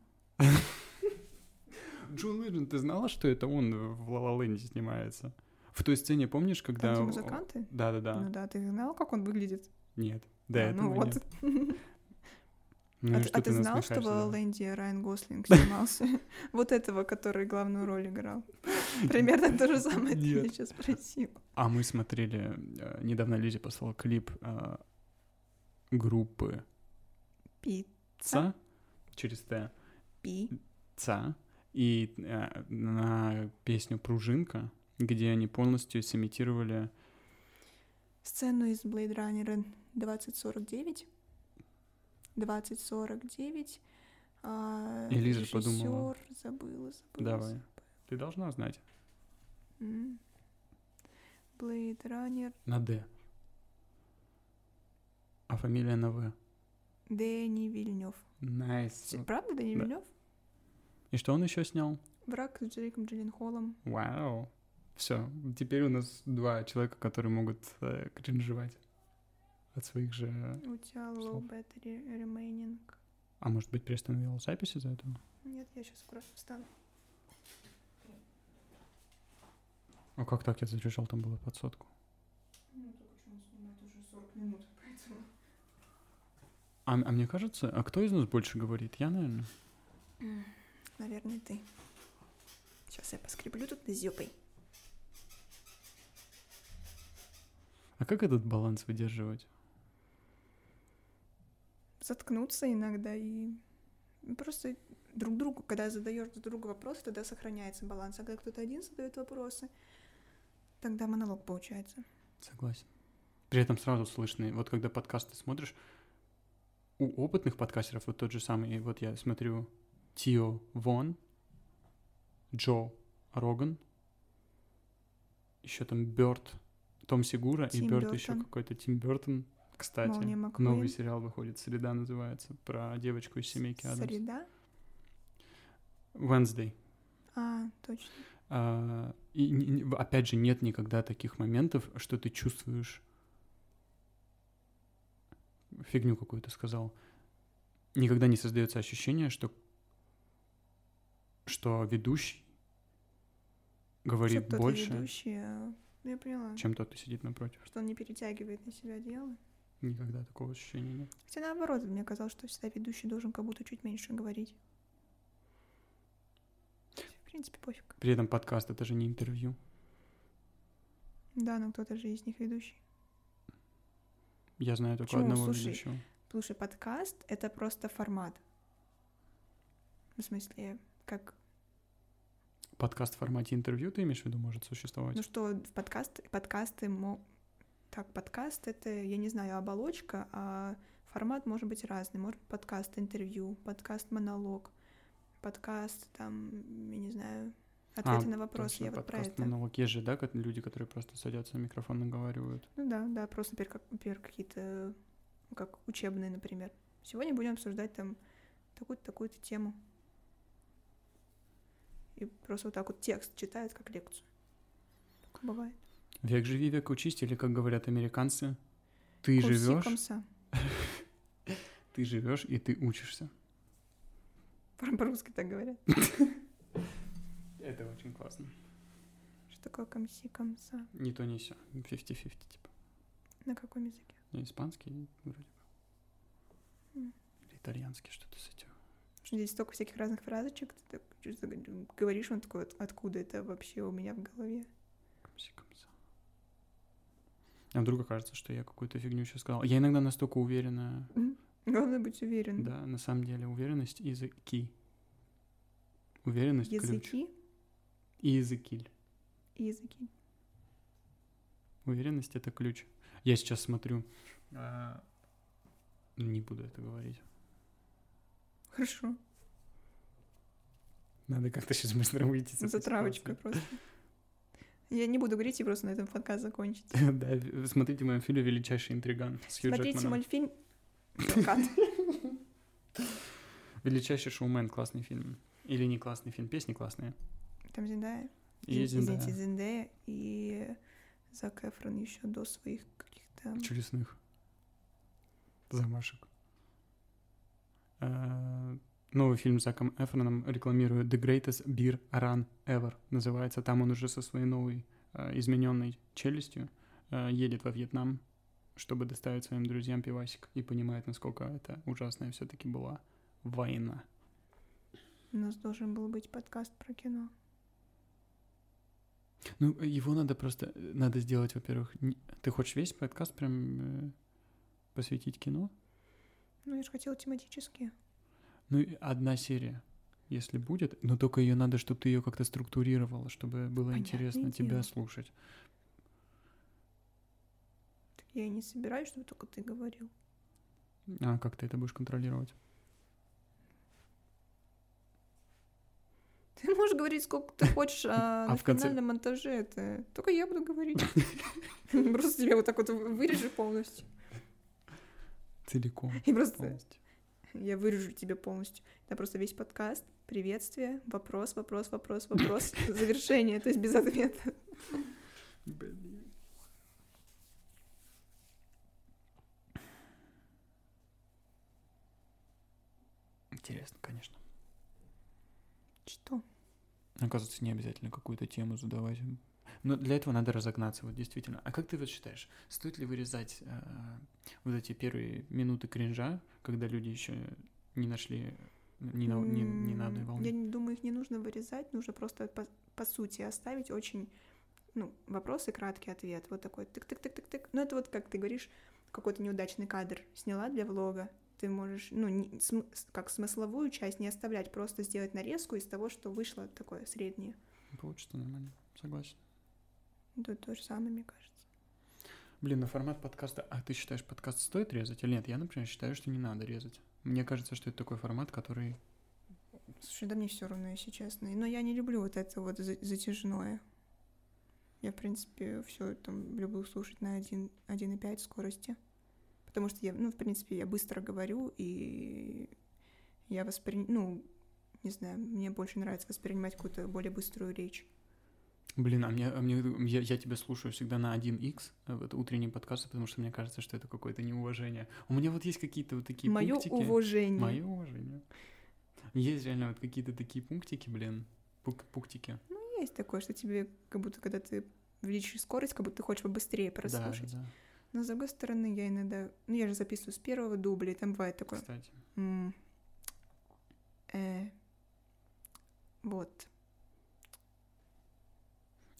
Speaker 1: [laughs] Джон Ледженд, ты знала, что это он в ла ленде снимается? В той сцене, помнишь, когда...
Speaker 2: Там где
Speaker 1: о-
Speaker 2: музыканты?
Speaker 1: Да-да-да.
Speaker 2: Ну да, ты знал, как он выглядит?
Speaker 1: Нет. Да,
Speaker 2: А, ну
Speaker 1: этого
Speaker 2: вот. [laughs]
Speaker 1: нет.
Speaker 2: А
Speaker 1: Ну и
Speaker 2: ты-
Speaker 1: что
Speaker 2: а ты знал, что в
Speaker 1: насмехаешься, да?
Speaker 2: Лэнде Райан Гослинг снимался? [laughs] Вот этого, который главную
Speaker 1: [laughs]
Speaker 2: роль играл. Примерно то же самое ты меня
Speaker 1: Нет.
Speaker 2: сейчас спросил.
Speaker 1: А мы смотрели... э, Недавно Лиза послала клип э, группы
Speaker 2: Пи,
Speaker 1: ЦА через Т.
Speaker 2: пи.
Speaker 1: ЦА. И э, на песню «Пружинка», где они полностью сымитировали...
Speaker 2: Сцену из Blade Runner 2049. 2049. а,
Speaker 1: И Лиза
Speaker 2: режиссёр,
Speaker 1: подумала.
Speaker 2: забыла, забыла.
Speaker 1: Давай. Ты должна знать.
Speaker 2: М. Blade Runner
Speaker 1: На «Д». А фамилия на «В».
Speaker 2: Дэнни Вильнев.
Speaker 1: Найс.
Speaker 2: Правда, Дэнни
Speaker 1: Ну, Да.
Speaker 2: Вильнев?
Speaker 1: И что он еще снял?
Speaker 2: Враг с Джериком Джилленхолом.
Speaker 1: Вау. Все, теперь у нас два человека, которые могут э, кринжевать от своих же...
Speaker 2: У тебя Low
Speaker 1: Слов.
Speaker 2: Battery Remaining.
Speaker 1: А может быть, приостановил запись из-за этого?
Speaker 2: Нет, я сейчас аккуратно встану.
Speaker 1: А как так я заряжал, там было под сотку.
Speaker 2: Ну, только что он снимает уже 40 минут, [laughs] поэтому...
Speaker 1: А, а мне кажется, а кто из нас больше говорит? Я, наверное.
Speaker 2: Наверное, ты. Сейчас я поскреблю тут зёпой.
Speaker 1: А как этот баланс выдерживать?
Speaker 2: Заткнуться иногда и... ну, Просто друг другу, когда задаешь друг другу вопросы, тогда сохраняется баланс. А когда кто-то один задает вопросы, тогда монолог получается.
Speaker 1: Согласен. При этом сразу слышны. Вот когда подкасты смотришь, у опытных подкастеров вот тот же самый, и вот я смотрю Тио Вон, Джо Роган, еще там Берт, Том Сигура и
Speaker 2: Тим
Speaker 1: Берт еще
Speaker 2: Бёртон.
Speaker 1: какой-то Тим Бертон. Кстати,
Speaker 2: «Молния Маквин».
Speaker 1: новый сериал выходит, «Среда» называется, про девочку из семейки Адамс.
Speaker 2: Среда?
Speaker 1: Wednesday.
Speaker 2: А, точно.
Speaker 1: А, И н- н- опять же, нет никогда таких моментов, что ты чувствуешь фигню какую-то сказал. Никогда не создается ощущение, что что ведущий
Speaker 2: Что
Speaker 1: говорит
Speaker 2: кто-то
Speaker 1: больше,
Speaker 2: ведущий, а, Ну, я поняла,
Speaker 1: чем тот, кто сидит напротив.
Speaker 2: что он не перетягивает на себя одеяло.
Speaker 1: Никогда такого ощущения нет.
Speaker 2: Хотя наоборот, мне казалось, что всегда ведущий должен как будто чуть меньше говорить. В принципе, пофиг.
Speaker 1: При этом подкаст — это же не интервью.
Speaker 2: Да, но кто-то же из них ведущий.
Speaker 1: Я знаю только
Speaker 2: Почему?
Speaker 1: одного
Speaker 2: Слушай,
Speaker 1: ведущего.
Speaker 2: Слушай, подкаст — это просто формат. Ну, В смысле, как...
Speaker 1: Подкаст в формате интервью, ты имеешь в виду, может существовать?
Speaker 2: Ну что, в подкаст, подкасты... мо- Так, подкаст — это, я не знаю, оболочка, а формат может быть разный. Может, подкаст — интервью, подкаст-монолог, подкаст, там, я не знаю, ответы на
Speaker 1: А,
Speaker 2: вопросы.
Speaker 1: Точно,
Speaker 2: я вот про
Speaker 1: подкаст
Speaker 2: это.
Speaker 1: монолог. Есть же, да, как люди, которые просто садятся на микрофон и наговаривают.
Speaker 2: Ну да, да, просто, например, как, например, какие-то, ну, как учебные, например. Сегодня будем обсуждать там такую-то, такую-то тему. И просто вот так вот текст читают, как лекцию. Такое бывает.
Speaker 1: Век живи, век учись, или как говорят американцы, ты
Speaker 2: Курси
Speaker 1: живешь,
Speaker 2: комса. [laughs]
Speaker 1: ты живешь и ты учишься.
Speaker 2: По- По-русски так говорят. [laughs]
Speaker 1: Это очень классно.
Speaker 2: Что такое комси, комса?
Speaker 1: Не то, не все. 50-50, типа.
Speaker 2: На каком языке?
Speaker 1: Не, Испанский вроде бы.
Speaker 2: М.
Speaker 1: Или итальянский, что-то с этим.
Speaker 2: Здесь столько всяких разных фразочек, ты так чё-то говоришь, он такой, «От- откуда это вообще у меня в голове?
Speaker 1: Комси, комса. А вдруг окажется, что я какую-то фигню сейчас сказал. Я иногда настолько уверена.
Speaker 2: Главное быть уверенным.
Speaker 1: Да, на самом деле, уверенность языки. Уверенность ключ.
Speaker 2: Языки
Speaker 1: И языки.
Speaker 2: и языки.
Speaker 1: Уверенность — это ключ. Я сейчас смотрю... а, Не буду это говорить.
Speaker 2: Хорошо.
Speaker 1: Надо как-то сейчас быстро выйти. с
Speaker 2: За
Speaker 1: этой
Speaker 2: травочкой просто. Я не буду говорить и просто на этом подкаст закончить.
Speaker 1: ситуации. Да, в- смотрите в моем фильме «Величайший интриган» с Хью
Speaker 2: Смотрите
Speaker 1: Джекманом.
Speaker 2: мультфильм. Всё, кат.
Speaker 1: «Величайший шоумен» — классный фильм. Или не классный фильм, песни классные.
Speaker 2: [laughs] Там Зиндая.
Speaker 1: И Зиндая.
Speaker 2: Извините, Зиндая и Зак Эфрон еще до своих каких-то...
Speaker 1: А чудесных замашек. Э, Новый фильм с Заком Эфроном рекламирует The Greatest Beer Run Ever. Называется. Там он уже со своей новой э, измененной челюстью э, едет во Вьетнам, чтобы доставить своим друзьям пивасик и понимает, насколько это ужасная все-таки была война.
Speaker 2: У нас должен был быть подкаст про кино.
Speaker 1: Ну, его надо просто, э, надо сделать, во-первых, не- ты хочешь весь подкаст прям э, посвятить кино?
Speaker 2: Ну, я же хотела тематически.
Speaker 1: Ну, и одна серия, если будет, но только ее надо, чтобы ты ее как-то структурировала, чтобы было
Speaker 2: Понятное
Speaker 1: интересно тебя
Speaker 2: дело.
Speaker 1: слушать.
Speaker 2: Так я и не собираюсь, чтобы только ты говорил. [laughs]
Speaker 1: А как ты это будешь контролировать?
Speaker 2: Ты можешь говорить сколько ты хочешь,
Speaker 1: [laughs]
Speaker 2: а,
Speaker 1: А
Speaker 2: на
Speaker 1: в конце-
Speaker 2: финальном монтаже это только я буду говорить.
Speaker 1: [laughs]
Speaker 2: Просто тебя вот так вот вырежу полностью. [laughs]
Speaker 1: Целиком.
Speaker 2: И просто
Speaker 1: полностью.
Speaker 2: я вырежу тебя полностью. Это просто весь подкаст, приветствие, вопрос, вопрос, вопрос, вопрос, завершение, то есть без ответа.
Speaker 1: Интересно, конечно.
Speaker 2: Что?
Speaker 1: Оказывается, не обязательно какую-то тему задавать. Но для этого надо разогнаться, вот действительно. А как ты вот считаешь, стоит ли вырезать э, вот эти первые минуты кринжа, когда люди еще не нашли э, ни на, ни- ни на одной
Speaker 2: М,
Speaker 1: волне?
Speaker 2: Я не думаю, их не нужно вырезать, нужно просто по, по сути оставить очень, ну, вопрос и краткий ответ. Вот такой тык-тык-тык-тык-тык. Ну, это вот как ты говоришь, какой-то неудачный кадр сняла для влога, ты можешь, ну, не- см- с- как смысловую часть не оставлять, просто сделать нарезку из того, что вышло такое среднее.
Speaker 1: Получится нормально, согласен.
Speaker 2: Это то же самое, мне кажется.
Speaker 1: Блин, на формат подкаста... А ты считаешь, подкаст стоит резать или нет? Я, например, считаю, что не надо резать. Мне кажется, что это такой формат, который...
Speaker 2: Слушай, да мне все равно, если честно. Но я не люблю вот это вот за- затяжное. Я, в принципе, все там люблю слушать на 1 1,5 скорости. Потому что я, ну, в принципе, я быстро говорю, и я воспри... ну, не знаю, мне больше нравится воспринимать какую-то более быструю речь.
Speaker 1: Блин, а мне, а мне я, я тебя слушаю всегда на 1x, э, вот утренние подкасты, потому что мне кажется, что это какое-то неуважение. У меня вот есть какие-то вот такие
Speaker 2: Мое
Speaker 1: пунктики.
Speaker 2: уважение.
Speaker 1: Мое уважение. Есть реально вот какие-то такие пунктики, блин. Пук- пуктики.
Speaker 2: Ну, Есть такое, что тебе как будто, когда ты увеличишь скорость, как будто ты хочешь побыстрее
Speaker 1: Да, да,
Speaker 2: прослушать.
Speaker 1: да.
Speaker 2: Но, с другой стороны, я иногда... Ну, я же записываю с первого дубля, и там бывает такое...
Speaker 1: Кстати.
Speaker 2: М. Э. Вот. [laughs]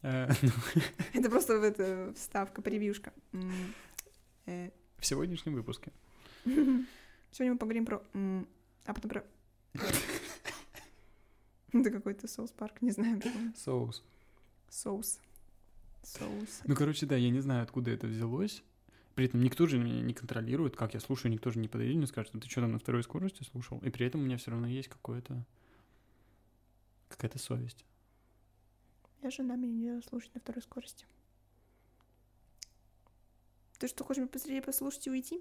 Speaker 1: Э, [laughs]
Speaker 2: Это просто в это вставка, превьюшка. М. Э. [laughs]
Speaker 1: В сегодняшнем выпуске.
Speaker 2: Сегодня мы поговорим про... м, А потом про... [laughs] Это какой-то соус парк, не знаю почему.
Speaker 1: Соус.
Speaker 2: Соус. Соус.
Speaker 1: Ну, короче, да, я не знаю, откуда это взялось. При этом никто же меня не контролирует, как я слушаю, никто же не подойдет, не скажет, «Ну, ты что там на второй скорости слушал? И при этом у меня все равно есть какое-то... Какая-то совесть.
Speaker 2: Я жена меня не дала слушать на второй скорости. Ты что, хочешь меня быстрее послушать и уйти?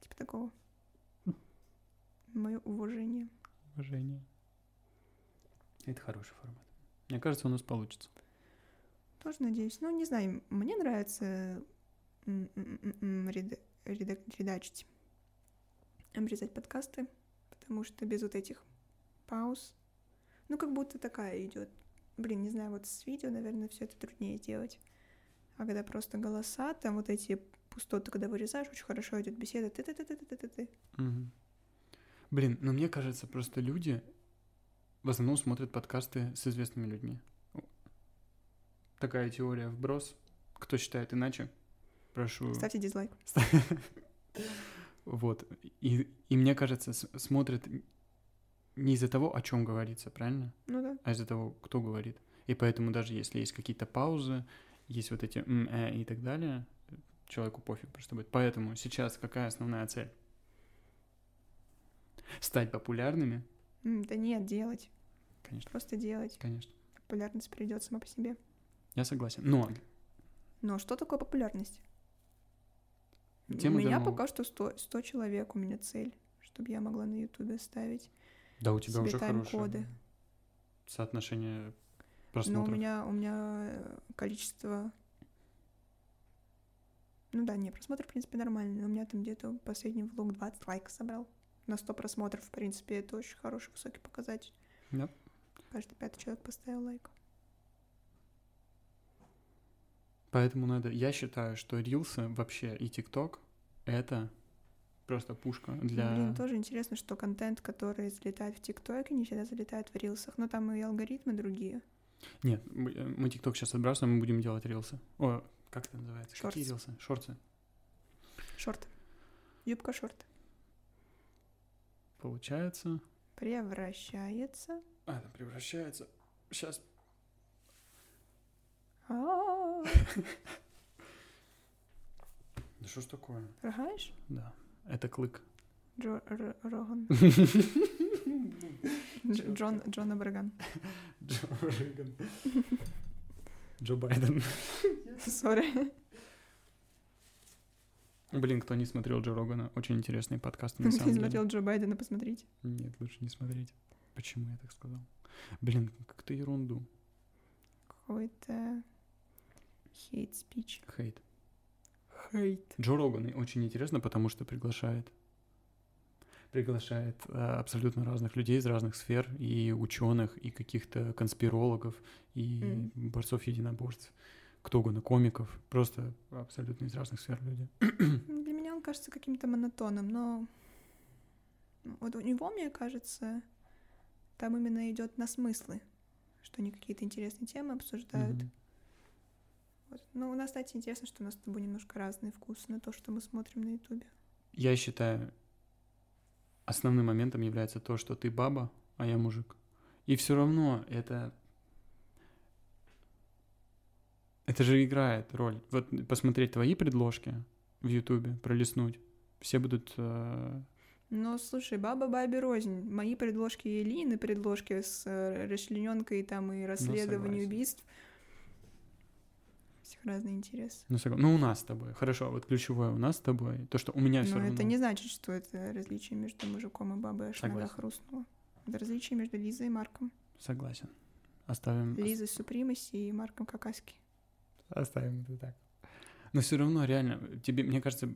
Speaker 2: Типа такого. Мое уважение.
Speaker 1: Уважение. Это хороший формат. Мне кажется, у нас получится.
Speaker 2: Тоже надеюсь. Ну, не знаю, мне нравится м, м, м, м, реда- реда- редачить, обрезать подкасты, потому что без вот этих пауз, ну, как будто такая идет. Блин, не знаю, вот с видео, наверное, все это труднее делать. А когда просто голоса, там вот эти пустоты, когда вырезаешь, очень хорошо идет беседа. Ты -ты -ты -ты -ты -ты -ты.
Speaker 1: Мгм. Блин, ну мне кажется, просто люди в основном смотрят подкасты с известными людьми. Такая теория вброс. Кто считает иначе, прошу.
Speaker 2: Ставьте дизлайк.
Speaker 1: Вот. И, и мне кажется, с- смотрят не из-за того, о чем говорится, правильно?
Speaker 2: Ну да.
Speaker 1: а из-за того, кто говорит. И поэтому даже если есть какие-то паузы, есть вот эти «м», «э» и так далее, человеку пофиг просто будет. Поэтому сейчас какая основная цель? Стать популярными?
Speaker 2: М, Да нет, делать.
Speaker 1: Конечно,
Speaker 2: Просто делать.
Speaker 1: конечно.
Speaker 2: Популярность придет сама по себе.
Speaker 1: Я согласен. Но
Speaker 2: Но что такое популярность?
Speaker 1: Тема
Speaker 2: у меня
Speaker 1: давно-
Speaker 2: пока что 100, 100 человек, у меня цель, чтобы я могла на Ютубе ставить.
Speaker 1: да, у тебя
Speaker 2: себе
Speaker 1: уже хорошее
Speaker 2: тайм-коды.
Speaker 1: соотношение
Speaker 2: Но у
Speaker 1: просмотров.
Speaker 2: меня, у меня э, количество... Ну да, не, просмотр, в принципе, нормальный. но У меня там где-то последний влог 20 лайков собрал. На 100 просмотров, в принципе, это очень хороший, высокий показатель.
Speaker 1: Да.
Speaker 2: Каждый пятый человек поставил лайк.
Speaker 1: Поэтому надо... Я считаю, что рилсы вообще и ТикТок — это просто пушка для...
Speaker 2: Ну, Блин, тоже интересно, что контент, который залетает в ТикТоке, не всегда залетает в рилсах. Но там и алгоритмы другие.
Speaker 1: Нет, мы- э, мы ТикТок сейчас отбрасываем, мы будем делать рилсы. О, как это называется? Какие
Speaker 2: Шортс.
Speaker 1: рилсы? Шорты,
Speaker 2: Шорт. Юбка шорт.
Speaker 1: Получается.
Speaker 2: [laughs] Превращается.
Speaker 1: А, Она превращается. Сейчас.
Speaker 2: А,
Speaker 1: Да что ж такое?
Speaker 2: Знаешь?
Speaker 1: Да. Это клык.
Speaker 2: Джо- Р-
Speaker 1: [laughs]
Speaker 2: Роган. Дж- Джон Джон Абраган.
Speaker 1: Джо Риган. [laughs] Джо Байден.
Speaker 2: [laughs] Сори.
Speaker 1: Блин, кто не смотрел Джо Рогана, очень интересный подкаст на самом
Speaker 2: [laughs] Не
Speaker 1: деле.
Speaker 2: смотрел Джо Байдена, посмотрите.
Speaker 1: Нет, лучше не смотреть. Почему я так сказал? Блин, как ты ерунду.
Speaker 2: Какой-то хейт спич.
Speaker 1: Хейт.
Speaker 2: Хейт.
Speaker 1: Джо Роган и очень интересно, потому что приглашает приглашает э, абсолютно разных людей из разных сфер, и ученых, и каких-то конспирологов, и
Speaker 2: Мгм.
Speaker 1: борцов единоборств, кто угодно, комиков, просто абсолютно из разных сфер люди.
Speaker 2: Для меня он кажется каким-то монотонным, но вот у него, мне кажется, там именно идет на смыслы, что они какие-то интересные темы обсуждают.
Speaker 1: Мгм.
Speaker 2: Вот. Ну, у нас, кстати, интересно, что у нас с тобой немножко разные вкусы на то, что мы смотрим на Ютубе.
Speaker 1: Я считаю, основным моментом является то, что ты баба, а я мужик. И все равно это... Это же играет роль. Вот посмотреть твои предложки в Ютубе, пролистнуть, все будут... э,
Speaker 2: Но Ну, слушай, баба бабе рознь. Мои предложки и Ильины предложки с э, расчлененкой там и расследованием
Speaker 1: согласен.
Speaker 2: убийств. Всех разные интересы.
Speaker 1: Ну, согла- ну, у нас с тобой. Хорошо, вот ключевое у нас с тобой. То, что у меня все
Speaker 2: Но
Speaker 1: равно.
Speaker 2: это не значит, что это различие между мужиком и бабой, аж нога
Speaker 1: Согласен.
Speaker 2: хрустнула. Это различие между Лизой и Марком.
Speaker 1: Согласен. Оставим, ос-
Speaker 2: Лизой Супримаси и Марком Какаски.
Speaker 1: оставим это так. Но все равно, реально, тебе, мне кажется,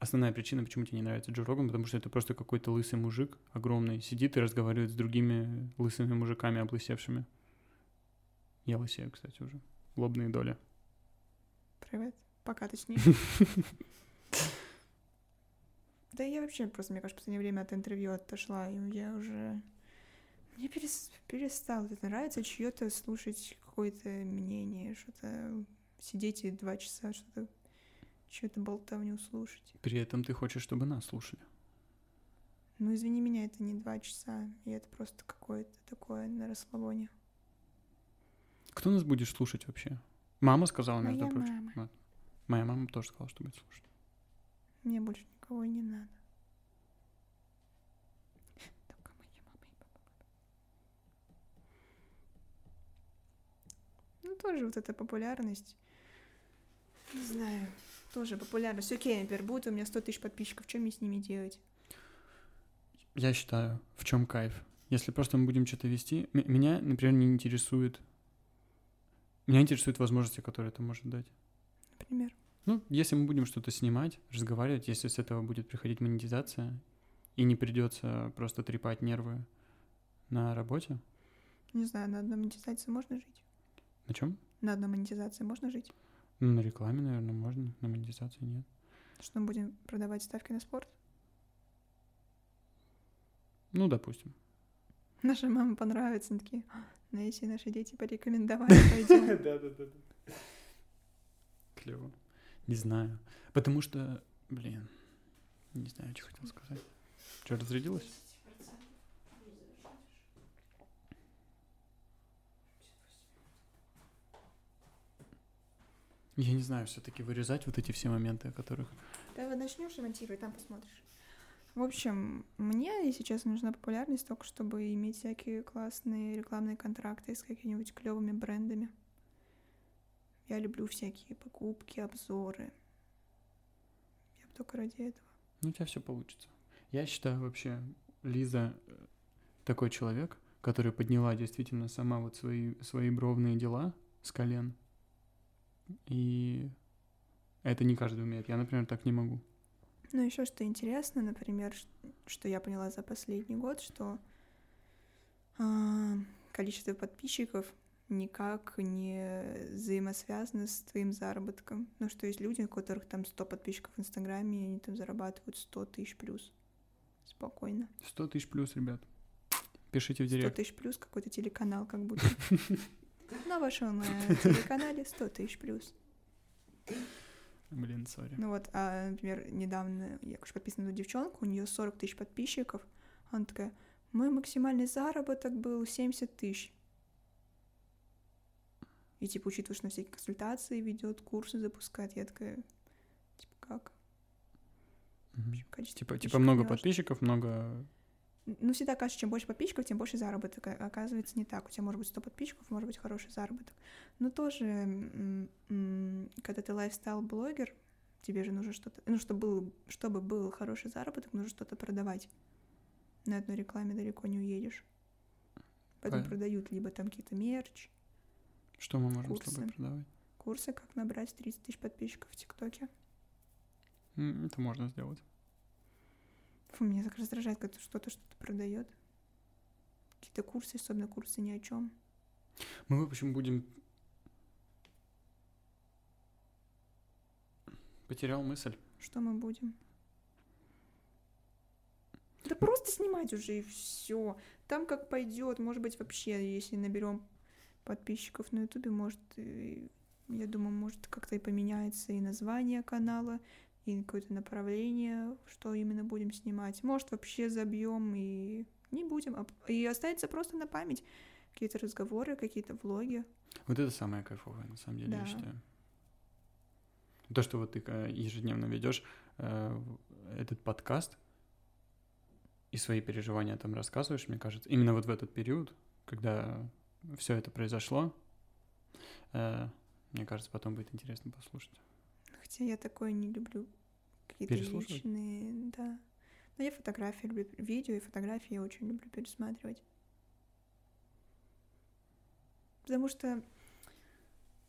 Speaker 1: основная причина, почему тебе не нравится Джо Роган, потому что это просто какой-то лысый мужик огромный, сидит и разговаривает с другими лысыми мужиками, облысевшими. Я лысею, кстати, уже. Лобные доли.
Speaker 2: Привет.
Speaker 1: [laughs]
Speaker 2: Пока, точнее. Да я вообще просто, мне кажется, в последнее время от интервью отошла, и я уже... Мне перес- перестало это нравится чье-то слушать какое-то мнение, что-то сидеть и два часа что-то чью-то болтовню слушать.
Speaker 1: При этом ты хочешь, чтобы нас слушали.
Speaker 2: Ну, извини меня, это не два часа, и это просто какое-то такое на расслабоне.
Speaker 1: Кто нас будет слушать вообще? Мама сказала, между
Speaker 2: Моя
Speaker 1: прочим.
Speaker 2: мама.
Speaker 1: Моя мама тоже сказала, что будет слушать.
Speaker 2: Мне больше никого и не надо. Только моя мама и папа. Ну, тоже вот эта популярность. Не знаю. Тоже популярность. Окей, например, будет у меня 100 тысяч подписчиков. Что мне с ними делать?
Speaker 1: Я считаю, в чем кайф. Если просто мы будем что-то вести, м- меня, например, не интересует Меня интересуют возможности, которые это может дать.
Speaker 2: например.
Speaker 1: Ну, если мы будем что-то снимать, разговаривать, если с этого будет приходить монетизация, и не придется просто трепать нервы на работе.
Speaker 2: Не знаю, на одной монетизации можно жить?
Speaker 1: На чем?
Speaker 2: На одной монетизации можно жить?
Speaker 1: Ну, на рекламе, наверное, можно, на монетизации нет.
Speaker 2: Что мы будем продавать ставки на спорт?
Speaker 1: Ну, допустим.
Speaker 2: Нашим мамам понравится, они такие, «А, ну если наши дети порекомендовали,
Speaker 1: [laughs]
Speaker 2: пойдем.
Speaker 1: да, да, да. Клево. Не знаю. Потому что, блин, не знаю, что хотел сказать. Что, разрядилась? Я не знаю, все-таки вырезать вот эти все моменты, о которых...
Speaker 2: Давай начнешь ремонтировать, там посмотришь. В общем, мне сейчас нужна популярность только, чтобы иметь всякие классные рекламные контракты с какими-нибудь клевыми брендами. Я люблю всякие покупки, обзоры. Я бы только ради этого.
Speaker 1: Ну, у тебя все получится. Я считаю вообще, Лиза э, такой человек, который подняла действительно сама вот свои, свои бровные дела с колен. И это не каждый умеет. Я, например, так не могу.
Speaker 2: Ну, еще что интересно, например, ш- что я поняла за последний год, что а, количество подписчиков никак не взаимосвязано с твоим заработком. Ну, что есть люди, у которых там 100 подписчиков в Инстаграме, и они там зарабатывают 100 тысяч плюс. Спокойно.
Speaker 1: 100 тысяч плюс, ребят. Пишите в
Speaker 2: 100
Speaker 1: директ.
Speaker 2: тысяч плюс какой-то телеканал как
Speaker 1: [laughs]
Speaker 2: будто. На вашем э, телеканале 100 тысяч плюс.
Speaker 1: Блин, сори.
Speaker 2: Ну вот, а, например, недавно я короче, подписана на эту девчонку, у нее 40 тысяч подписчиков. Она такая, мой максимальный заработок был 70 тысяч. И типа, учитывая, что на всякие консультации ведет, курсы запускает, я такая, типа, как? В
Speaker 1: Мгм.
Speaker 2: общем, количество
Speaker 1: Типа, типа
Speaker 2: подписчиков
Speaker 1: много
Speaker 2: не важно.
Speaker 1: подписчиков, много...
Speaker 2: Ну, всегда кажется, чем больше подписчиков, тем больше заработок. А Оказывается, не так. У тебя может быть 100 подписчиков, может быть хороший заработок. Но тоже, м, м, когда ты лайфстайл-блогер, тебе же нужно что-то... Ну, чтобы был, чтобы был хороший заработок, нужно что-то продавать. На одной рекламе далеко не уедешь. Потом
Speaker 1: Правильно.
Speaker 2: продают либо там какие-то мерч,
Speaker 1: Что мы можем с тобой
Speaker 2: Курсы.
Speaker 1: продавать?
Speaker 2: курсы, как набрать 30 тысяч подписчиков в ТикТоке.
Speaker 1: М, Это можно сделать.
Speaker 2: Фу, меня так раздражает, когда что-то что-то продает. Какие-то курсы, особенно курсы ни о чем.
Speaker 1: Мы, в общем, будем... Потерял мысль.
Speaker 2: Что мы будем? Да просто снимать уже и все. Там как пойдет. Может быть, вообще, если наберем подписчиков на Ютубе, может, и- я думаю, может, как-то и поменяется и название канала, и какое-то направление, что именно будем снимать. Может, вообще забьем и не будем. а п- И останется просто на память какие-то разговоры, какие-то влоги.
Speaker 1: Вот это самое кайфовое, на самом деле, я
Speaker 2: Да.
Speaker 1: считаю. То, что вот ты э, ежедневно ведешь этот подкаст и свои переживания там рассказываешь, мне кажется, именно вот в этот период, когда все это произошло, э, мне кажется, потом будет интересно послушать.
Speaker 2: Хотя я такое не люблю. Какие-то
Speaker 1: Переслушивать?
Speaker 2: личные, да. Но я фотографии люблю, видео и фотографии я очень люблю пересматривать. Потому что,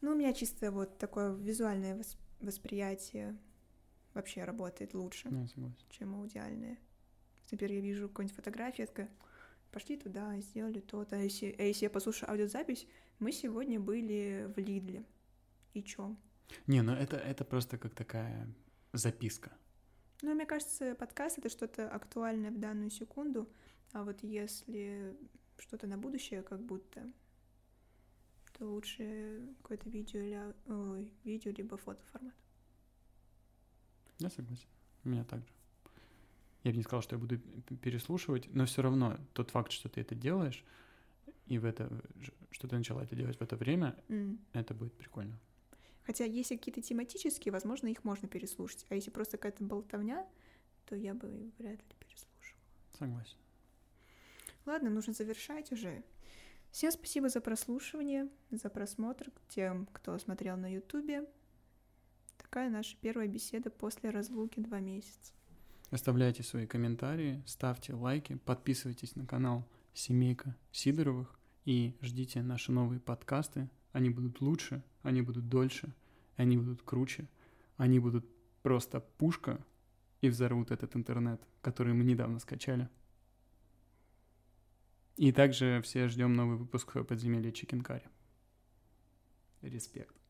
Speaker 2: ну, у меня чисто вот такое визуальное вос- восприятие вообще работает лучше,
Speaker 1: Ну, я согласен.
Speaker 2: чем аудиальное. Теперь я вижу какую-нибудь фотографию, я такая, пошли туда, сделали то-то. А если, а если я послушаю аудиозапись, мы сегодня были в Лидле. И чё?
Speaker 1: Не, ну это, это просто как такая записка.
Speaker 2: Ну, мне кажется, подкаст — это что-то актуальное в данную секунду, а вот если что-то на будущее как будто, то лучше какое-то видео, или, ау- ой, видео либо фотоформат.
Speaker 1: Я согласен. У меня так же. Я бы не сказал, что я буду п- переслушивать, но все равно тот факт, что ты это делаешь, и в это, э, ж- что ты начала это делать в это время,
Speaker 2: М.
Speaker 1: это будет прикольно.
Speaker 2: Хотя если какие-то тематические, возможно, их можно переслушать, а если просто какая-то болтовня, то я бы вряд ли переслушала.
Speaker 1: Согласен.
Speaker 2: Ладно, нужно завершать уже. Всем спасибо за прослушивание, за просмотр тем, кто смотрел на Ютубе. Такая наша первая беседа после разлуки два месяца.
Speaker 1: Оставляйте свои комментарии, ставьте лайки, подписывайтесь на канал Семейка Сидоровых и ждите наши новые подкасты они будут лучше, они будут дольше, они будут круче, они будут просто пушка и взорвут этот интернет, который мы недавно скачали. И также все ждем новый выпуск подземелья Чикенкари. Респект.